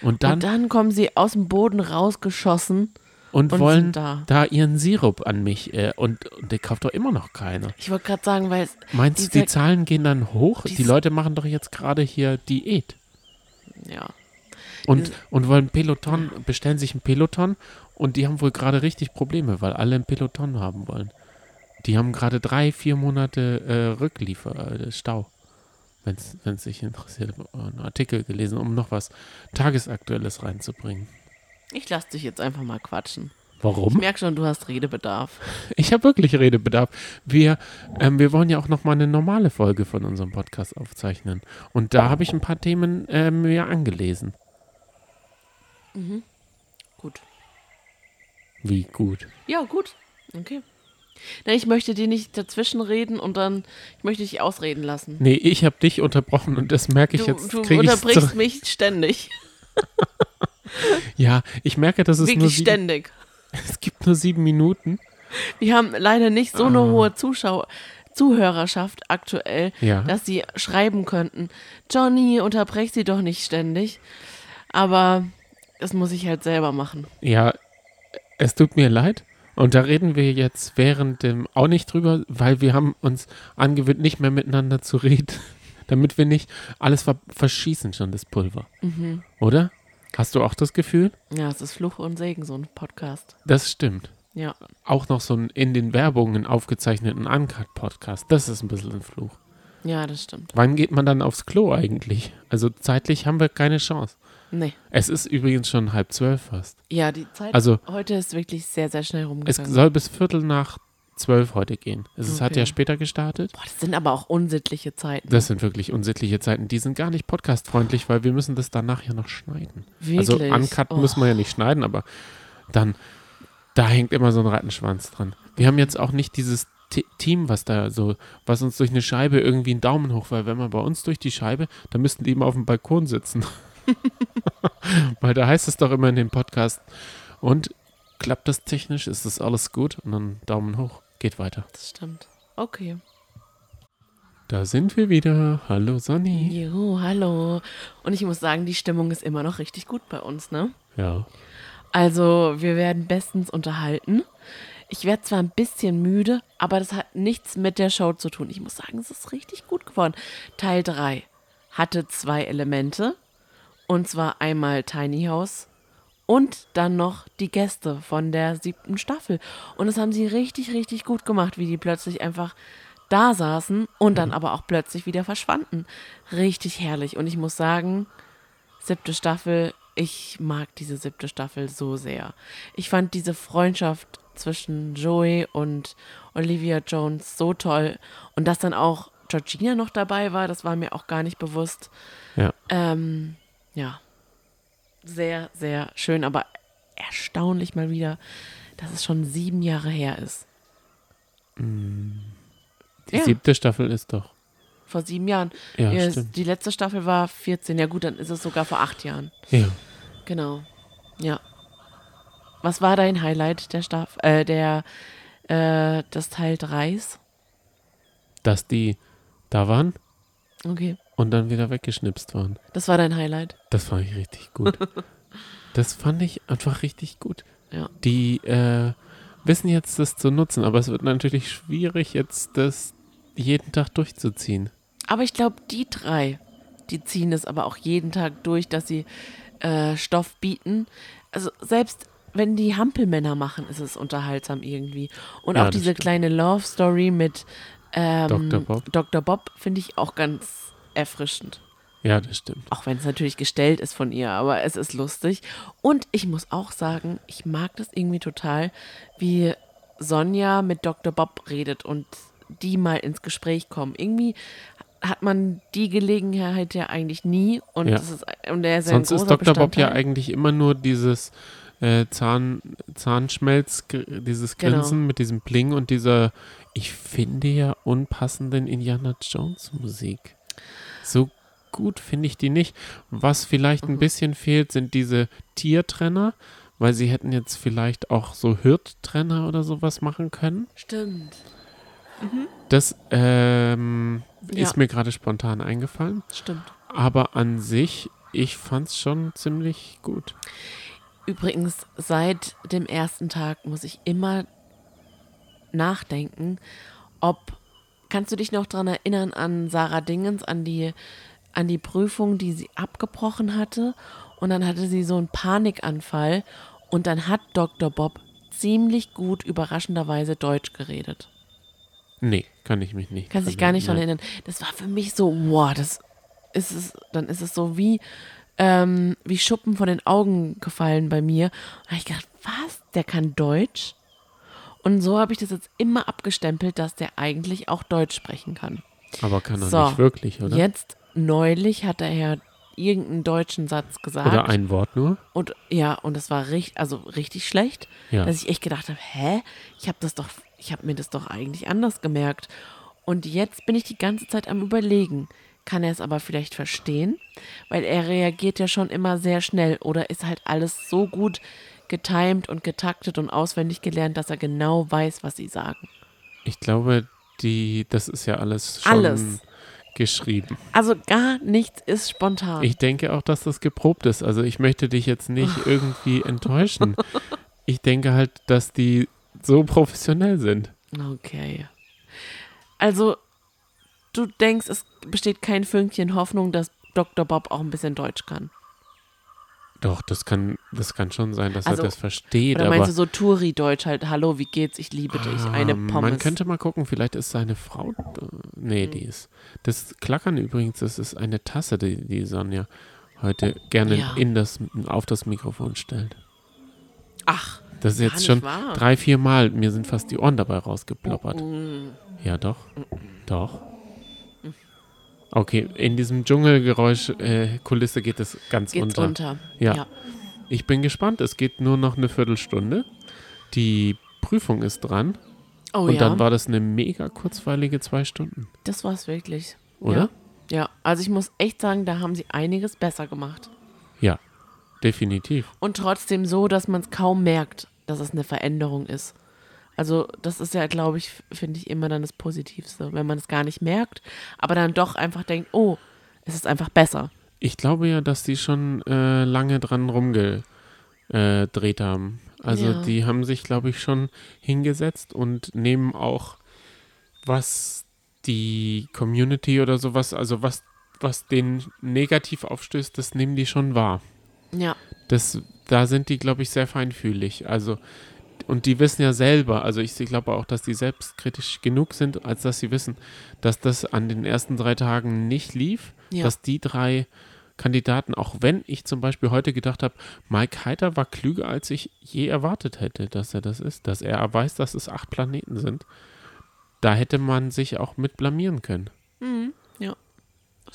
Speaker 2: Und dann
Speaker 1: und dann kommen sie aus dem Boden rausgeschossen.
Speaker 2: und,
Speaker 1: und
Speaker 2: wollen
Speaker 1: sind da.
Speaker 2: ihren Sirup an mich äh, und, und der kauft doch immer noch keiner.
Speaker 1: Ich wollte gerade sagen, weil es.
Speaker 2: Meinst du, die
Speaker 1: dieser-
Speaker 2: Zahlen gehen dann hoch? Die
Speaker 1: Dies-
Speaker 2: Leute machen doch jetzt gerade hier Diät
Speaker 1: Ja.
Speaker 2: und, und wollen Peloton, bestellen sich ein Peloton und die haben wohl gerade richtig Probleme, weil alle ein Peloton haben wollen. Die haben gerade drei, vier Monate äh, Rückliefer, äh, Stau. Wenn es sich interessiert, hab einen Artikel gelesen, um noch was Tagesaktuelles reinzubringen.
Speaker 1: Ich lasse dich jetzt einfach mal quatschen. Ich
Speaker 2: Warum?
Speaker 1: merke schon, du hast Redebedarf.
Speaker 2: Ich habe wirklich Redebedarf. Wir, ähm, wir wollen ja auch nochmal eine normale Folge von unserem Podcast aufzeichnen. Und da habe ich ein paar Themen äh, mir angelesen.
Speaker 1: Gut.
Speaker 2: Wie gut.
Speaker 1: Ja, gut. Okay. Na, ich möchte dir nicht dazwischen reden und dann, ich möchte dich ausreden lassen.
Speaker 2: Nee, ich habe dich unterbrochen und das merke ich
Speaker 1: Du,
Speaker 2: jetzt.
Speaker 1: du
Speaker 2: krieg ich's
Speaker 1: unterbrichst
Speaker 2: zurück.
Speaker 1: mich ständig.
Speaker 2: Ja, ich merke, dass es nur
Speaker 1: Wirklich
Speaker 2: sieben,
Speaker 1: ständig.
Speaker 2: es gibt nur sieben Minuten.
Speaker 1: Wir haben leider nicht so
Speaker 2: Ah.
Speaker 1: eine hohe Zuschauer Zuhörerschaft aktuell,
Speaker 2: Ja.
Speaker 1: dass sie schreiben könnten. Johnny, unterbrech sie doch nicht ständig. Aber das muss ich halt selber machen.
Speaker 2: Ja, es tut mir leid. Und da reden wir jetzt während dem auch nicht drüber, weil wir haben uns angewöhnt, nicht mehr miteinander zu reden, damit wir nicht alles ver verschießen schon das Pulver. Oder? Hast du auch das Gefühl?
Speaker 1: Ja, es ist Fluch und Segen, so ein Podcast.
Speaker 2: Das stimmt.
Speaker 1: Ja.
Speaker 2: Auch noch so einen in den Werbungen aufgezeichneten Uncut-Podcast. Das ist ein bisschen ein Fluch.
Speaker 1: Ja, das stimmt.
Speaker 2: Wann geht man dann aufs Klo eigentlich? Also zeitlich haben wir keine Chance.
Speaker 1: Nee.
Speaker 2: Es ist übrigens schon halb zwölf fast.
Speaker 1: Ja, die Zeit
Speaker 2: Also-
Speaker 1: heute ist wirklich sehr, sehr schnell
Speaker 2: Es
Speaker 1: rumgegangen.
Speaker 2: soll bis Viertel nach zwölf heute gehen. Es ist- hat
Speaker 1: Okay.
Speaker 2: ja später gestartet.
Speaker 1: Boah, das sind aber auch unsittliche Zeiten.
Speaker 2: Das sind wirklich unsittliche Zeiten. Die sind gar nicht podcastfreundlich, weil wir müssen das danach ja noch schneiden. Also
Speaker 1: Wirklich?
Speaker 2: Uncut
Speaker 1: Oh.
Speaker 2: müssen wir ja nicht schneiden, aber dann, da hängt immer so ein Rattenschwanz dran. Wir haben jetzt auch nicht dieses T Team, was da so, was uns durch eine Scheibe irgendwie einen Daumen hoch, weil wenn man bei uns durch die Scheibe, dann müssten die immer auf dem Balkon sitzen. weil da heißt es doch immer in dem Podcast, und klappt das technisch, ist das alles gut? Und dann Daumen hoch, geht weiter.
Speaker 1: Oh, das stimmt. Okay.
Speaker 2: Da sind wir wieder. Hallo Sonny.
Speaker 1: Juhu, hallo. Und ich muss sagen, die Stimmung ist immer noch richtig gut bei uns, ne?
Speaker 2: Ja.
Speaker 1: Also, wir werden bestens unterhalten. Ich werde zwar ein bisschen müde, aber das hat nichts mit der Show zu tun. Ich muss sagen, es ist richtig gut geworden. Teil 3 hatte zwei Elemente. Und zwar einmal Tiny House und dann noch die Gäste von der siebten Staffel. Und das haben sie richtig, richtig gut gemacht, wie die plötzlich einfach da saßen und dann aber auch plötzlich wieder verschwanden. Richtig herrlich. Und ich muss sagen, siebte Staffel, ich mag diese siebte Staffel so sehr. Ich fand diese Freundschaft zwischen Joey und Olivia Jones so toll. Und dass dann auch Georgina noch dabei war, das war mir auch gar nicht bewusst.
Speaker 2: Ja.
Speaker 1: Ähm, ja. Sehr, sehr schön, aber erstaunlich mal wieder, dass es schon sieben Jahre her ist.
Speaker 2: Die
Speaker 1: Ja.
Speaker 2: siebte Staffel ist doch.
Speaker 1: Vor sieben Jahren.
Speaker 2: Ja,
Speaker 1: Ja,
Speaker 2: stimmt.
Speaker 1: die letzte Staffel war 14. Ja gut, dann ist es sogar vor acht Jahren.
Speaker 2: Ja.
Speaker 1: Genau. Ja. Was war dein Highlight der Staffel, äh, der, äh, das Teil 3s?
Speaker 2: Dass die da waren
Speaker 1: Okay.
Speaker 2: und dann wieder weggeschnipst waren.
Speaker 1: Das war dein Highlight.
Speaker 2: Das fand ich richtig gut. das fand ich einfach richtig gut.
Speaker 1: Ja.
Speaker 2: Die äh, wissen jetzt, das zu nutzen, aber es wird natürlich schwierig, jetzt das jeden Tag durchzuziehen.
Speaker 1: Aber ich glaube, die drei, die ziehen es aber auch jeden Tag durch, dass sie äh, Stoff bieten. Also selbst wenn die Hampelmänner machen, ist es unterhaltsam irgendwie. Und
Speaker 2: Ja,
Speaker 1: auch
Speaker 2: das
Speaker 1: diese
Speaker 2: stimmt.
Speaker 1: kleine Love Story mit ähm,
Speaker 2: Dr. Bob.
Speaker 1: Dr. Bob finde ich auch ganz erfrischend.
Speaker 2: Ja, das stimmt.
Speaker 1: Auch wenn es natürlich gestellt ist von ihr, aber es ist lustig. Und ich muss auch sagen, ich mag das irgendwie total, wie Sonja mit Dr. Bob redet und die mal ins Gespräch kommen. Irgendwie hat man die Gelegenheit ja eigentlich nie und,
Speaker 2: Ja.
Speaker 1: das ist, und er ist ja ein
Speaker 2: Sonst
Speaker 1: großer
Speaker 2: ist Dr. Bob ja
Speaker 1: Bestandteil.
Speaker 2: eigentlich immer nur dieses äh, Zahn, Zahnschmelz, gr- dieses
Speaker 1: Genau.
Speaker 2: Grinsen mit diesem Bling und dieser, ich finde ja, unpassenden Indiana Jones Musik. So gut finde ich die nicht. Was vielleicht
Speaker 1: Mhm.
Speaker 2: ein bisschen fehlt, sind diese Tiertrenner, weil sie hätten jetzt vielleicht auch so Hirttrenner oder sowas machen können.
Speaker 1: Stimmt.
Speaker 2: Das ähm,
Speaker 1: Ja.
Speaker 2: ist mir gerade spontan eingefallen.
Speaker 1: Stimmt.
Speaker 2: Aber an sich, ich fand's schon ziemlich gut.
Speaker 1: Übrigens, seit dem ersten Tag muss ich immer nachdenken, ob. Kannst du dich noch daran erinnern an Sarah Dingens, an die, an die Prüfung, die sie abgebrochen hatte? Und dann hatte sie so einen Panikanfall und dann hat Dr. Bob ziemlich gut überraschenderweise Deutsch geredet.
Speaker 2: Nee, kann ich mich nicht.
Speaker 1: Kannst dich gar nicht dran
Speaker 2: nein.
Speaker 1: erinnern. Das war für mich so, wow, das ist es, dann ist es so wie, ähm, wie Schuppen von den Augen gefallen bei mir. Und da hab ich gedacht, was? Der kann Deutsch? Und so habe ich das jetzt immer abgestempelt, dass der eigentlich auch Deutsch sprechen kann.
Speaker 2: Aber kann er
Speaker 1: So,
Speaker 2: nicht wirklich, oder?
Speaker 1: Jetzt neulich hat er ja irgendeinen deutschen Satz gesagt.
Speaker 2: Oder ein Wort nur?
Speaker 1: Und ja, und das war richtig, also richtig schlecht,
Speaker 2: Ja.
Speaker 1: dass ich echt gedacht habe, hä, ich habe das doch, ich habe mir das doch eigentlich anders gemerkt. Und jetzt bin ich die ganze Zeit am überlegen, kann er es aber vielleicht verstehen, weil er reagiert ja schon immer sehr schnell oder ist halt alles so gut getimt und getaktet und auswendig gelernt, dass er genau weiß, was sie sagen.
Speaker 2: Ich glaube, die, das ist ja alles schon
Speaker 1: Alles.
Speaker 2: geschrieben.
Speaker 1: Also gar nichts ist spontan.
Speaker 2: Ich denke auch, dass das geprobt ist. Also ich möchte dich jetzt nicht irgendwie enttäuschen. Ich denke halt, dass die so professionell sind.
Speaker 1: Okay. Also, du denkst, es besteht kein Fünkchen Hoffnung, dass Dr. Bob auch ein bisschen Deutsch kann.
Speaker 2: Doch, das kann, das kann schon sein, dass
Speaker 1: Also,
Speaker 2: er das versteht.
Speaker 1: Oder
Speaker 2: Aber
Speaker 1: meinst du so Touri-Deutsch halt, hallo, wie geht's, ich liebe dich, eine
Speaker 2: Ah,
Speaker 1: Pommes. Hm.
Speaker 2: Man könnte mal gucken, vielleicht ist seine Frau. äh, Nee, die ist. Das Klackern übrigens, das ist eine Tasse, die, die Sonja heute gerne
Speaker 1: Ja.
Speaker 2: in das, auf das Mikrofon stellt.
Speaker 1: Ach,
Speaker 2: Das ist
Speaker 1: Gar
Speaker 2: jetzt
Speaker 1: nicht
Speaker 2: schon
Speaker 1: wahr.
Speaker 2: drei, vier Mal. Mir sind fast die Ohren dabei rausgeploppert. Ja, doch. Doch.
Speaker 1: Mm.
Speaker 2: Okay, in diesem Dschungelgeräusch-Kulisse geht es ganz
Speaker 1: geht's
Speaker 2: unter.
Speaker 1: runter.
Speaker 2: Ja. Ich bin gespannt. Es geht nur noch eine Viertelstunde. Die Prüfung ist dran.
Speaker 1: Oh
Speaker 2: Und
Speaker 1: ja,
Speaker 2: dann war das eine mega kurzweilige zwei Stunden,
Speaker 1: das war's wirklich.
Speaker 2: oder?
Speaker 1: Ja. ja, also ich muss echt sagen, da haben sie einiges besser gemacht.
Speaker 2: Ja, definitiv.
Speaker 1: Und trotzdem so, dass man es kaum merkt, dass es eine Veränderung ist. Also das ist ja, glaube ich, f- finde ich immer dann das Positivste, wenn man es gar nicht merkt, aber dann doch einfach denkt, oh, es ist einfach besser.
Speaker 2: Ich glaube ja, dass die schon äh, lange dran rumgedreht äh, dreht haben. Also
Speaker 1: Ja.
Speaker 2: die haben sich, glaube ich, schon hingesetzt und nehmen auch, was die Community oder sowas, also was, was denen negativ aufstößt, das nehmen die schon wahr.
Speaker 1: Ja,
Speaker 2: Das, da sind die, glaube ich, sehr feinfühlig. Also, und die wissen ja selber, also ich glaube auch, dass die selbstkritisch genug sind, als dass sie wissen, dass das an den ersten drei Tagen nicht lief,
Speaker 1: Ja.
Speaker 2: dass die drei Kandidaten, auch wenn ich zum Beispiel heute gedacht habe, Mike Heiter war klüger, als ich je erwartet hätte, dass er das ist, dass er weiß, dass es acht Planeten sind, da hätte man sich auch mit blamieren können.
Speaker 1: ja.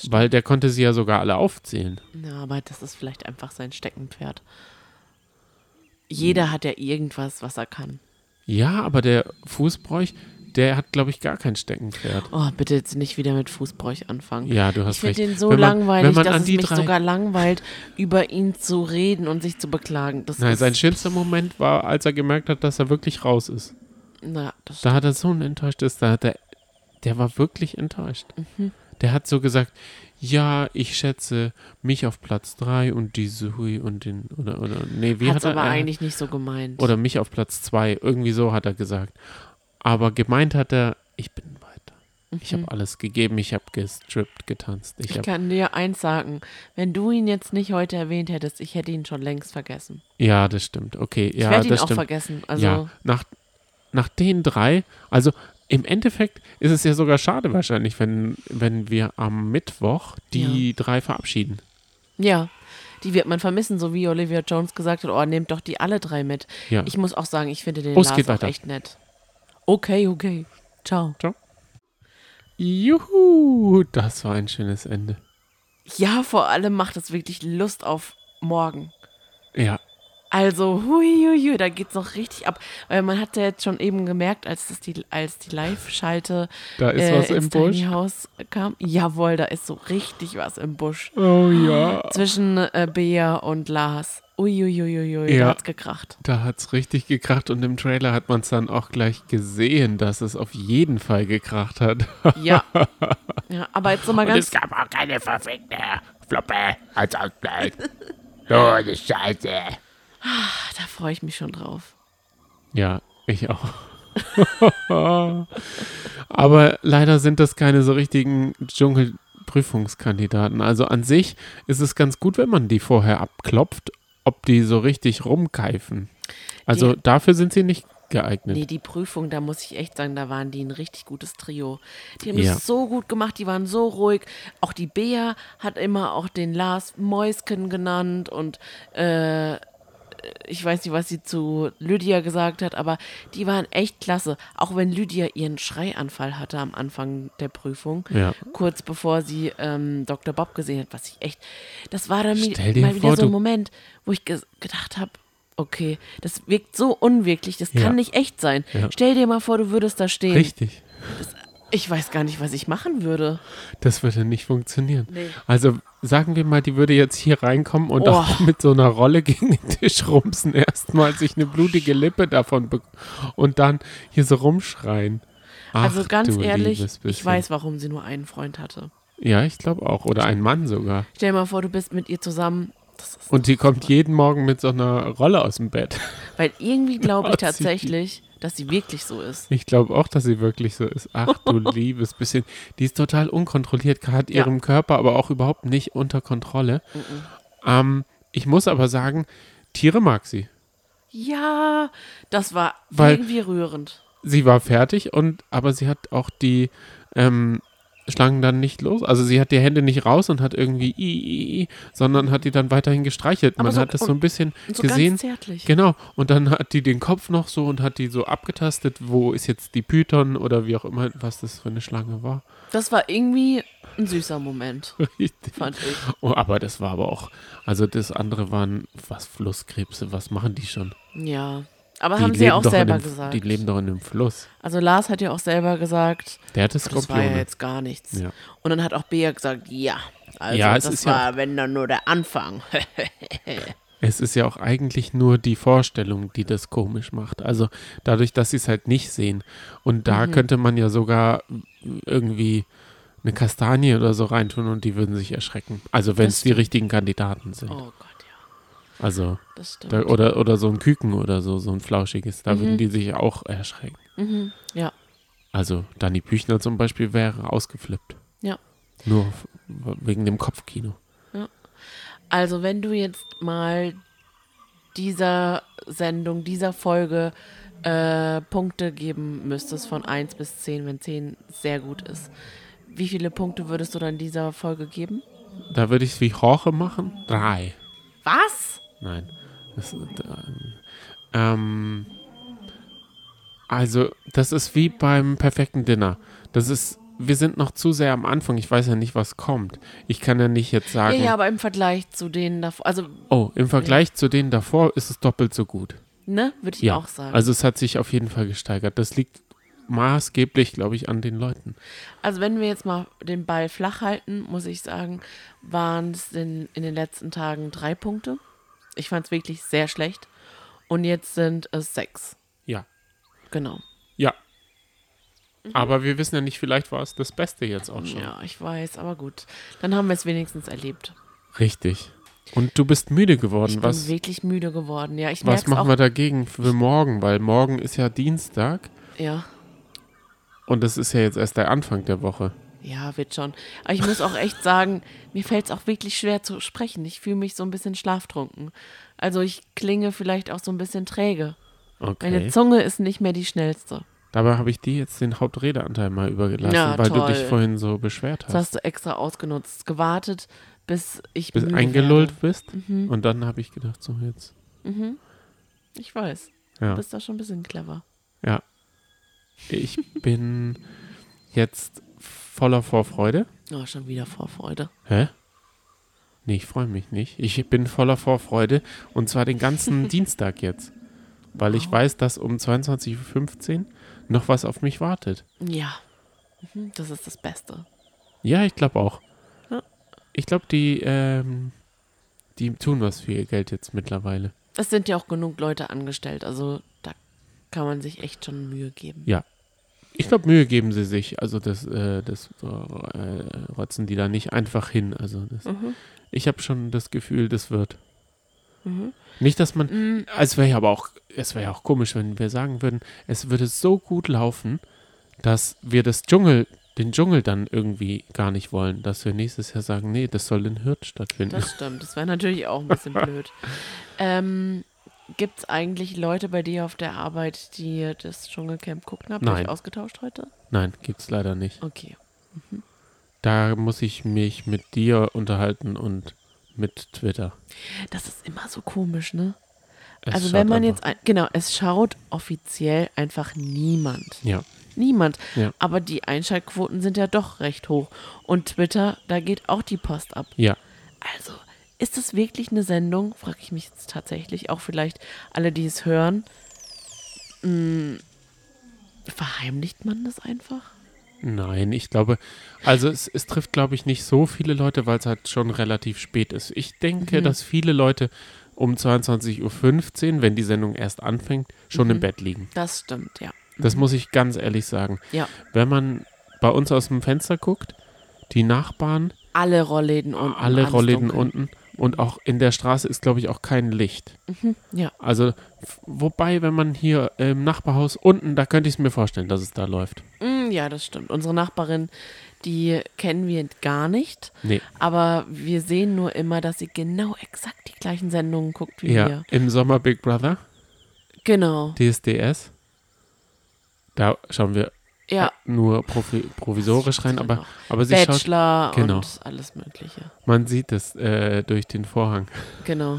Speaker 2: Weil der konnte sie ja sogar alle aufzählen.
Speaker 1: Na, aber das ist vielleicht einfach sein Steckenpferd.
Speaker 2: Mhm.
Speaker 1: Jeder hat ja irgendwas, was er kann.
Speaker 2: Ja, aber der Fußbräuch, der hat, glaube ich, gar kein Steckenpferd.
Speaker 1: Oh, bitte jetzt nicht wieder mit Fußbräuch anfangen.
Speaker 2: Ja, du
Speaker 1: Ich
Speaker 2: hast
Speaker 1: finde
Speaker 2: recht.
Speaker 1: den so
Speaker 2: Wenn man- wenn
Speaker 1: langweilig,
Speaker 2: man
Speaker 1: dass
Speaker 2: an
Speaker 1: es
Speaker 2: die
Speaker 1: mich
Speaker 2: drei-
Speaker 1: sogar langweilt, über ihn zu reden und sich zu beklagen. Das
Speaker 2: Nein,
Speaker 1: ist,
Speaker 2: sein schönster Moment war, als er gemerkt hat, dass er wirklich raus ist.
Speaker 1: na, das
Speaker 2: Da hat er so ein enttäuschtes, da hat er, der war wirklich enttäuscht.
Speaker 1: Mhm.
Speaker 2: Der hat so gesagt, ja, ich schätze mich auf Platz 3 und die Sui und den, oder, oder, nee, wie
Speaker 1: hat's
Speaker 2: hat er,
Speaker 1: aber
Speaker 2: er-
Speaker 1: eigentlich nicht so gemeint.
Speaker 2: oder mich auf Platz 2, irgendwie so hat er gesagt. Aber gemeint hat er, ich bin weiter. Ich habe alles gegeben, ich habe gestrippt, getanzt, ich,
Speaker 1: Mhm. ich
Speaker 2: habe,
Speaker 1: kann dir eins sagen, wenn du ihn jetzt nicht heute erwähnt hättest, ich hätte ihn schon längst vergessen.
Speaker 2: ja, das stimmt, okay,
Speaker 1: Ich
Speaker 2: ja,
Speaker 1: werde ihn
Speaker 2: das
Speaker 1: auch
Speaker 2: stimmt.
Speaker 1: vergessen. Also,
Speaker 2: ja, nach, nach den drei, also im Endeffekt ist es ja sogar schade wahrscheinlich, wenn, wenn wir am Mittwoch die drei verabschieden.
Speaker 1: Ja, die wird man vermissen, so wie Olivia Jones gesagt hat, oh, nehmt doch die alle drei mit.
Speaker 2: Ja.
Speaker 1: Ich muss auch sagen, ich finde den
Speaker 2: Oh, es
Speaker 1: Lars
Speaker 2: geht
Speaker 1: auch
Speaker 2: weiter.
Speaker 1: echt nett. Okay, okay. Ciao.
Speaker 2: Juhu, das war ein schönes Ende.
Speaker 1: Ja, vor allem macht es wirklich Lust auf morgen.
Speaker 2: Ja,
Speaker 1: Also, hui, hui, hui, da geht's noch richtig ab. Weil man hat ja jetzt schon eben gemerkt, als das die, als die Live-Schalte
Speaker 2: da ist
Speaker 1: äh,
Speaker 2: was
Speaker 1: ins
Speaker 2: im
Speaker 1: Tiny
Speaker 2: Busch.
Speaker 1: House kam. Jawohl, da ist so richtig was im Busch.
Speaker 2: Oh ja.
Speaker 1: Zwischen äh, Bea und Lars. Uiuiuiui,
Speaker 2: Ja.
Speaker 1: da hat's gekracht.
Speaker 2: Da hat es richtig gekracht und im Trailer hat man es dann auch gleich gesehen, dass es auf jeden Fall gekracht hat.
Speaker 1: Ja. ja. Aber jetzt nochmal
Speaker 3: Und
Speaker 1: ganz
Speaker 3: es gab auch keine verfickte Floppe als Ausgleich. So eine Scheiße.
Speaker 1: Da freue ich mich schon drauf.
Speaker 2: Ja, ich auch. Aber leider sind das keine so richtigen Dschungelprüfungskandidaten. Also an sich ist es ganz gut, wenn man die vorher abklopft, ob die so richtig rumkeifen. Also
Speaker 1: Die-
Speaker 2: dafür sind sie nicht geeignet.
Speaker 1: Nee, die Prüfung, da muss ich echt sagen, da waren die ein richtig gutes Trio. Die haben
Speaker 2: Ja.
Speaker 1: das so gut gemacht, die waren so ruhig. Auch die Bea hat immer auch den Lars Mäusken genannt und äh, ich weiß nicht, was sie zu Lydia gesagt hat, aber die waren echt klasse. Auch wenn Lydia ihren Schreianfall hatte am Anfang der Prüfung,
Speaker 2: Ja.
Speaker 1: kurz bevor sie ähm, Dr. Bob gesehen hat, was ich echt, das war dann mi-
Speaker 2: Stell dir
Speaker 1: mal
Speaker 2: vor,
Speaker 1: wieder so ein
Speaker 2: du-
Speaker 1: Moment, wo ich ge gedacht habe, okay, das wirkt so unwirklich, das
Speaker 2: Ja.
Speaker 1: kann nicht echt sein.
Speaker 2: Ja.
Speaker 1: Stell dir mal vor, du würdest da stehen.
Speaker 2: Richtig.
Speaker 1: Ich weiß gar nicht, was ich machen würde.
Speaker 2: Das würde nicht funktionieren.
Speaker 1: Nee.
Speaker 2: Also sagen wir mal, die würde jetzt hier reinkommen und
Speaker 1: Oh.
Speaker 2: auch mit so einer Rolle gegen den Tisch rumpsen. Erstmal sich eine blutige Lippe davon be und dann hier so rumschreien. Ach,
Speaker 1: Also ganz
Speaker 2: du
Speaker 1: ehrlich,
Speaker 2: liebes
Speaker 1: ich
Speaker 2: bisschen.
Speaker 1: weiß, warum sie nur einen Freund hatte.
Speaker 2: Ja, ich glaube auch. Oder ein Mann sogar.
Speaker 1: Stell dir mal vor, du bist mit ihr zusammen. Das ist
Speaker 2: Und die kommt jeden Morgen mit so einer Rolle aus dem Bett.
Speaker 1: Weil irgendwie glaube ich
Speaker 2: Nazi.
Speaker 1: tatsächlich, dass sie wirklich so ist.
Speaker 2: Ich glaube auch, dass sie wirklich so ist. Ach du liebes bisschen. Die ist total unkontrolliert, hat
Speaker 1: Ja.
Speaker 2: ihrem Körper aber auch überhaupt nicht unter Kontrolle. Ähm, ich muss aber sagen, Tiere mag sie.
Speaker 1: Ja, das war
Speaker 2: Weil-
Speaker 1: irgendwie rührend.
Speaker 2: Sie war fertig und aber sie hat auch die ähm, Schlangen dann nicht los. Also sie hat die Hände nicht raus und hat irgendwie i, i, i, sondern hat die dann weiterhin gestreichelt.
Speaker 1: Aber
Speaker 2: Man
Speaker 1: so-
Speaker 2: hat das so ein bisschen
Speaker 1: Und so
Speaker 2: gesehen.
Speaker 1: ganz zärtlich.
Speaker 2: Genau, und dann hat die den Kopf noch so und hat die so abgetastet, wo ist jetzt die Python oder wie auch immer, was das für eine Schlange war.
Speaker 1: Das war irgendwie ein süßer Moment,
Speaker 2: Richtig.
Speaker 1: fand ich.
Speaker 2: Oh, aber das war aber auch, also das andere waren, was Flusskrebse, was machen die schon?
Speaker 1: Ja. Aber
Speaker 2: die
Speaker 1: haben sie ja auch
Speaker 2: doch in
Speaker 1: selber
Speaker 2: dem,
Speaker 1: gesagt.
Speaker 2: Die leben doch in dem Fluss.
Speaker 1: Also Lars hat ja auch selber gesagt,
Speaker 2: Der hatte
Speaker 1: das war ja
Speaker 2: Skorpione.
Speaker 1: jetzt gar nichts.
Speaker 2: Ja.
Speaker 1: Und dann hat auch Bea gesagt, ja. Also
Speaker 2: Ja, es
Speaker 1: das
Speaker 2: ist ja
Speaker 1: war, wenn dann nur der Anfang. Oh
Speaker 2: Es ist ja auch eigentlich nur die Vorstellung, die das komisch macht. Also dadurch, dass sie es halt nicht sehen. Und
Speaker 1: Mhm.
Speaker 2: da könnte man ja sogar irgendwie eine Kastanie oder so reintun und die würden sich erschrecken. Also wenn
Speaker 1: Das
Speaker 2: es die richtigen Kandidaten sind.
Speaker 1: oh Gott, ja.
Speaker 2: Also,
Speaker 1: Das stimmt.
Speaker 2: da, oder, oder so ein Küken oder so, so ein flauschiges, da würden die sich auch erschrecken.
Speaker 1: mhm. Ja.
Speaker 2: Also, Dani Büchner zum Beispiel wäre ausgeflippt.
Speaker 1: Ja.
Speaker 2: Nur f- wegen dem Kopfkino.
Speaker 1: Also, wenn du jetzt mal dieser Sendung, dieser Folge äh, Punkte geben müsstest von 1 bis 10, wenn 10 sehr gut ist, wie viele Punkte würdest du dann dieser Folge geben?
Speaker 2: Da würde ich es wie Jorge machen. Drei.
Speaker 1: Was?
Speaker 2: Nein. Das, da, ähm, also, das ist wie beim perfekten Dinner. Das ist wir sind noch zu sehr am Anfang. Ich weiß ja nicht, was kommt. Ich kann ja nicht
Speaker 1: Ja,
Speaker 2: jetzt sagen,
Speaker 1: ja, aber im Vergleich zu denen davor, also,
Speaker 2: oh, im Vergleich zu denen davor ist es doppelt so gut.
Speaker 1: ne, würde ich
Speaker 2: Ja,
Speaker 1: auch sagen.
Speaker 2: also es hat sich auf jeden Fall gesteigert. Das liegt maßgeblich, glaube ich, an den Leuten.
Speaker 1: Also wenn wir jetzt mal den Ball flach halten, muss ich sagen, waren es in, in den letzten Tagen drei Punkte. Ich fand es wirklich sehr schlecht. Und jetzt sind es sechs.
Speaker 2: Ja,
Speaker 1: Genau.
Speaker 2: ja. Aber wir wissen ja nicht, vielleicht war es das Beste jetzt auch schon.
Speaker 1: Mhm. Ja, ich weiß, aber gut. Dann haben wir es wenigstens erlebt.
Speaker 2: Richtig. Und du bist müde geworden.
Speaker 1: Ich
Speaker 2: was
Speaker 1: bin wirklich müde geworden. Ja, ich
Speaker 2: was
Speaker 1: merke
Speaker 2: machen
Speaker 1: auch.
Speaker 2: wir dagegen für morgen? Weil morgen ist ja Dienstag
Speaker 1: Ja,
Speaker 2: und das ist ja jetzt erst der Anfang der Woche.
Speaker 1: ja, wird schon. Aber ich muss auch echt sagen, mir fällt es auch wirklich schwer zu sprechen. Ich fühle mich so ein bisschen schlaftrunken. Also ich klinge vielleicht auch so ein bisschen träge. Meine
Speaker 2: Okay.
Speaker 1: Zunge ist nicht mehr die schnellste.
Speaker 2: Dabei habe ich dir jetzt den Hauptredeanteil mal übergelassen,
Speaker 1: Ja,
Speaker 2: weil du
Speaker 1: toll.
Speaker 2: dich vorhin so beschwert
Speaker 1: Das
Speaker 2: hast.
Speaker 1: hast du extra ausgenutzt, gewartet, bis ich
Speaker 2: Bis
Speaker 1: müde
Speaker 2: eingelullt
Speaker 1: werde.
Speaker 2: bist
Speaker 1: Mhm.
Speaker 2: und dann habe ich gedacht, so jetzt.
Speaker 1: Ich weiß, du
Speaker 2: Ja.
Speaker 1: bist da schon ein bisschen clever.
Speaker 2: Ja. Ich bin jetzt voller Vorfreude.
Speaker 1: Oh, schon wieder Vorfreude.
Speaker 2: Hä? Nee, ich freue mich nicht. Ich bin voller Vorfreude und zwar den ganzen Dienstag jetzt. Weil ich weiß, dass um 22.15 Uhr noch was auf mich wartet.
Speaker 1: Ja, mhm, das ist das Beste.
Speaker 2: Ja, ich glaube auch.
Speaker 1: Ja.
Speaker 2: Ich glaube, die, ähm, die tun was für ihr Geld jetzt mittlerweile.
Speaker 1: Es sind ja auch genug Leute angestellt, also da kann man sich echt schon Mühe geben.
Speaker 2: Ja. Ich glaube, Mühe geben sie sich. Also das, äh, das äh, rotzen die da nicht einfach hin. Also das,
Speaker 1: Mhm.
Speaker 2: ich habe schon das Gefühl, das wird. Nicht, dass man, es wäre ja aber auch, es wäre ja auch komisch, wenn wir sagen würden, es würde so gut laufen, dass wir das Dschungel, den Dschungel dann irgendwie gar nicht wollen, dass wir nächstes Jahr sagen, nee, das soll in Hürth stattfinden.
Speaker 1: Das stimmt, das wäre natürlich auch ein bisschen blöd. Ähm, Gibt es eigentlich Leute bei dir auf der Arbeit, die das Dschungelcamp gucken? Habt ihr
Speaker 2: Nein.
Speaker 1: euch ausgetauscht heute?
Speaker 2: Nein, gibt's leider nicht.
Speaker 1: Okay. Mhm.
Speaker 2: Da muss ich mich mit dir unterhalten und mit Twitter.
Speaker 1: Das ist immer so komisch, ne?
Speaker 2: Es
Speaker 1: also
Speaker 2: schaut
Speaker 1: wenn man
Speaker 2: einfach-
Speaker 1: jetzt, ein, genau, es schaut offiziell einfach niemand.
Speaker 2: Ja.
Speaker 1: Niemand.
Speaker 2: Ja.
Speaker 1: Aber die Einschaltquoten sind ja doch recht hoch. Und Twitter, da geht auch die Post ab.
Speaker 2: Ja.
Speaker 1: Also, ist das wirklich eine Sendung, frage ich mich jetzt tatsächlich, auch vielleicht alle, die es hören. Mh, verheimlicht man das einfach?
Speaker 2: Nein, ich glaube, also es, es trifft, glaube ich, nicht so viele Leute, weil es halt schon relativ spät ist. Ich denke,
Speaker 1: Mhm.
Speaker 2: dass viele Leute um 22.15 Uhr, wenn die Sendung erst anfängt, schon
Speaker 1: Mhm.
Speaker 2: im Bett liegen.
Speaker 1: Das stimmt, ja.
Speaker 2: Das muss ich ganz ehrlich sagen.
Speaker 1: Mhm. Ja.
Speaker 2: Wenn man bei uns aus dem Fenster guckt, die Nachbarn,
Speaker 1: Alle Rollläden unten.
Speaker 2: alle
Speaker 1: alles
Speaker 2: Rollläden
Speaker 1: dunkel.
Speaker 2: unten und auch in der Straße ist, glaube ich, auch kein Licht.
Speaker 1: Mhm, Ja.
Speaker 2: Also, f- wobei, wenn man hier im Nachbarhaus unten, da könnte ich es mir vorstellen, dass es da läuft.
Speaker 1: Mm, Ja, das stimmt. Unsere Nachbarin, die kennen wir gar nicht.
Speaker 2: Nee.
Speaker 1: Aber wir sehen nur immer, dass sie genau exakt die gleichen Sendungen guckt wie
Speaker 2: Ja,
Speaker 1: wir.
Speaker 2: im Sommer Big Brother,
Speaker 1: Genau.
Speaker 2: DSDS. Da schauen wir
Speaker 1: Ja.
Speaker 2: nur provi provisorisch rein, aber, aber sie schaut,
Speaker 1: Bachelor
Speaker 2: Genau.
Speaker 1: und alles Mögliche.
Speaker 2: man sieht es äh, durch den Vorhang.
Speaker 1: Genau.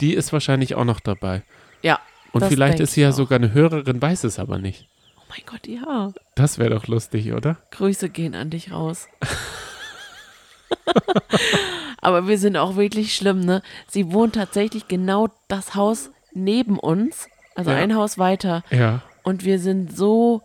Speaker 2: Die ist wahrscheinlich auch noch dabei.
Speaker 1: Ja.
Speaker 2: Und
Speaker 1: das
Speaker 2: vielleicht
Speaker 1: denk
Speaker 2: ist sie ja
Speaker 1: ich auch.
Speaker 2: sogar eine Hörerin, weiß es aber nicht.
Speaker 1: Oh mein Gott, ja.
Speaker 2: Das wäre doch lustig, oder?
Speaker 1: Grüße gehen an dich raus. aber wir sind auch wirklich schlimm, ne? Sie wohnt tatsächlich genau das Haus neben uns, also
Speaker 2: Ja.
Speaker 1: ein Haus weiter.
Speaker 2: Ja.
Speaker 1: Und wir sind so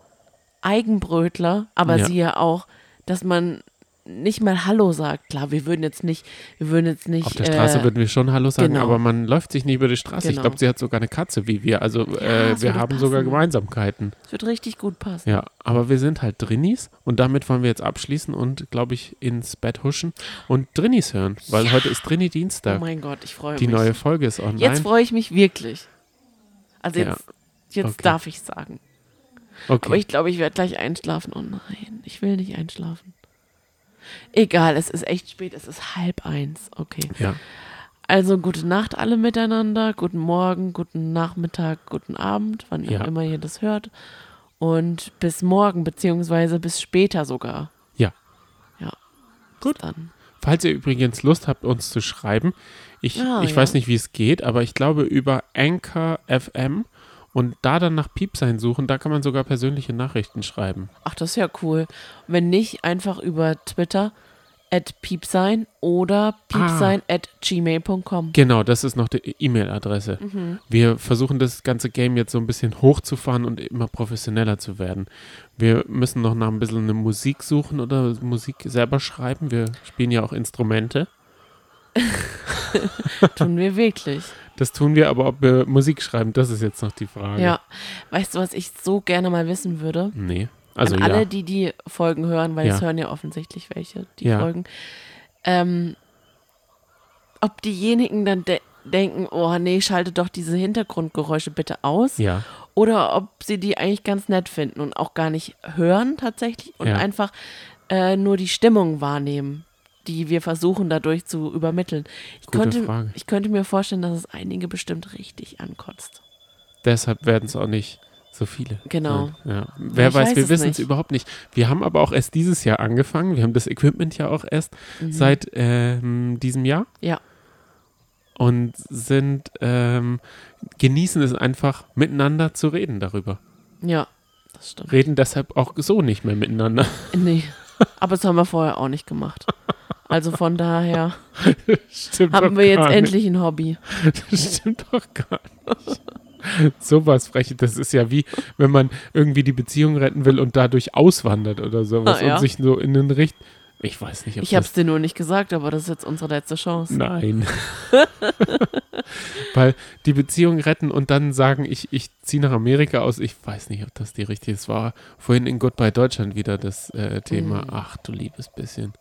Speaker 1: Eigenbrötler, aber
Speaker 2: Ja.
Speaker 1: sie ja auch, dass man nicht mal Hallo sagt. Klar, wir würden jetzt nicht, wir würden jetzt nicht.
Speaker 2: Auf der Straße
Speaker 1: äh,
Speaker 2: würden wir schon Hallo sagen,
Speaker 1: genau.
Speaker 2: aber man läuft sich nicht über die Straße. Ich
Speaker 1: Genau.
Speaker 2: glaube, sie hat sogar eine Katze wie wir. Also
Speaker 1: das
Speaker 2: äh, wir
Speaker 1: würde
Speaker 2: haben sogar
Speaker 1: passen.
Speaker 2: Gemeinsamkeiten.
Speaker 1: Es wird richtig gut passen.
Speaker 2: Ja, aber wir sind halt Drinnies und damit wollen wir jetzt abschließen und, glaube ich, ins Bett huschen und Drinnies hören, weil heute ist
Speaker 1: Oh
Speaker 2: Drinni-Dienstag.
Speaker 1: mein Gott, ich freue
Speaker 2: Die
Speaker 1: mich.
Speaker 2: neue Folge ist online.
Speaker 1: jetzt freue ich mich wirklich. Also
Speaker 2: Ja.
Speaker 1: jetzt, jetzt
Speaker 2: Okay.
Speaker 1: darf ich sagen. Aber
Speaker 2: okay.
Speaker 1: ich glaube, ich werde gleich einschlafen. Oh nein, ich will nicht einschlafen. Egal, es ist echt spät, es ist halb eins. Okay.
Speaker 2: ja.
Speaker 1: Also gute Nacht alle miteinander, guten Morgen, guten Nachmittag, guten Abend, wann
Speaker 2: Ja.
Speaker 1: ihr immer ihr das hört. Und bis morgen, beziehungsweise bis später sogar.
Speaker 2: Ja.
Speaker 1: Ja.
Speaker 2: Gut.
Speaker 1: Bis dann.
Speaker 2: Falls ihr übrigens Lust habt, uns zu schreiben, ich,
Speaker 1: Ah,
Speaker 2: ich
Speaker 1: ja.
Speaker 2: weiß nicht, wie es geht, aber ich glaube über Anchor FM Und da dann nach Piepsein suchen, da kann man sogar persönliche Nachrichten schreiben.
Speaker 1: Ach, das ist ja cool. Wenn nicht, einfach über Twitter at piepsein
Speaker 2: Ah.
Speaker 1: oder piepsein at gmail.com.
Speaker 2: Genau, das ist noch die E-Mail-Adresse.
Speaker 1: Mhm.
Speaker 2: Wir versuchen das ganze Game jetzt so ein bisschen hochzufahren und immer professioneller zu werden. Wir müssen noch nach ein bisschen eine Musik suchen oder Musik selber schreiben. Wir spielen ja auch Instrumente. Genau.
Speaker 1: Tun wir wirklich.
Speaker 2: Das tun wir, aber ob wir Musik schreiben, das ist jetzt noch die Frage.
Speaker 1: Ja. Weißt du, was ich so gerne mal wissen würde?
Speaker 2: Nee. Also
Speaker 1: An alle,
Speaker 2: ja.
Speaker 1: die die Folgen hören, weil
Speaker 2: Ja.
Speaker 1: es hören ja offensichtlich welche, die
Speaker 2: Ja.
Speaker 1: Folgen. Ähm, ob diejenigen dann de denken, oh nee, schalte doch diese Hintergrundgeräusche bitte aus.
Speaker 2: Ja.
Speaker 1: Oder ob sie die eigentlich ganz nett finden und auch gar nicht hören tatsächlich und
Speaker 2: Ja.
Speaker 1: einfach äh, nur die Stimmung wahrnehmen, die wir versuchen dadurch zu übermitteln. Ich,
Speaker 2: Gute
Speaker 1: könnte,
Speaker 2: Frage.
Speaker 1: ich könnte mir vorstellen, dass es einige bestimmt richtig ankotzt.
Speaker 2: Deshalb werden es auch nicht so viele.
Speaker 1: Genau.
Speaker 2: sein. Halt, Ja. Wer
Speaker 1: Ich
Speaker 2: weiß,
Speaker 1: weiß
Speaker 2: wir
Speaker 1: es
Speaker 2: wissen es
Speaker 1: nicht.
Speaker 2: überhaupt nicht. Wir haben aber auch erst dieses Jahr angefangen. Wir haben das Equipment ja auch erst seit ähm, diesem Jahr
Speaker 1: Mhm. Ja,
Speaker 2: und sind ähm, genießen es einfach, miteinander zu reden darüber.
Speaker 1: ja, das stimmt.
Speaker 2: Reden deshalb auch so nicht mehr miteinander.
Speaker 1: Nee, aber das haben wir vorher auch nicht gemacht. Also von daher
Speaker 2: Stimmt
Speaker 1: haben
Speaker 2: doch
Speaker 1: wir jetzt
Speaker 2: gar
Speaker 1: endlich ein Hobby.
Speaker 2: Nicht. Das stimmt doch gar nicht. Sowas freche, das ist ja wie, wenn man irgendwie die Beziehung retten will und dadurch auswandert oder sowas
Speaker 1: Ah, ja.
Speaker 2: und sich so in den Richt. Ich weiß nicht, ob
Speaker 1: Ich
Speaker 2: das
Speaker 1: hab's dir nur nicht gesagt, aber das ist jetzt unsere letzte Chance.
Speaker 2: Nein. Weil die Beziehung retten und dann sagen, ich, ich ziehe nach Amerika aus. Ich weiß nicht, ob das die richtige ist. War vorhin in Goodbye Deutschland wieder das äh, Thema. Ach du liebes bisschen.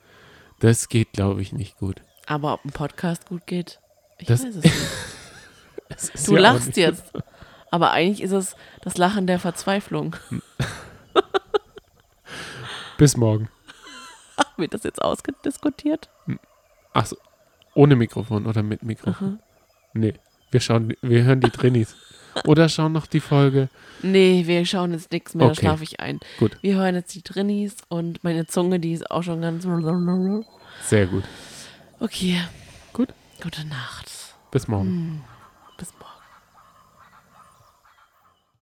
Speaker 2: Das geht, glaube ich, nicht gut.
Speaker 1: Aber ob ein Podcast gut geht, ich
Speaker 2: Das-
Speaker 1: weiß es nicht.
Speaker 2: Es ist
Speaker 1: Du
Speaker 2: ja auch
Speaker 1: lachst
Speaker 2: nicht-
Speaker 1: jetzt. Aber eigentlich ist es das Lachen der Verzweiflung.
Speaker 2: Bis morgen.
Speaker 1: Wird das jetzt ausgediskutiert?
Speaker 2: Ach so, ohne Mikrofon oder mit Mikrofon? Nee, wir, schauen, wir hören die Trainees. oder schauen noch die Folge.
Speaker 1: Nee, wir schauen jetzt nichts mehr,
Speaker 2: Okay.
Speaker 1: da schlafe ich ein.
Speaker 2: Gut.
Speaker 1: Wir hören jetzt die Drinnies und meine Zunge, die ist auch schon ganz.
Speaker 2: Sehr gut.
Speaker 1: Okay.
Speaker 2: Gut. Hm.
Speaker 1: Gute Nacht.
Speaker 2: Bis morgen.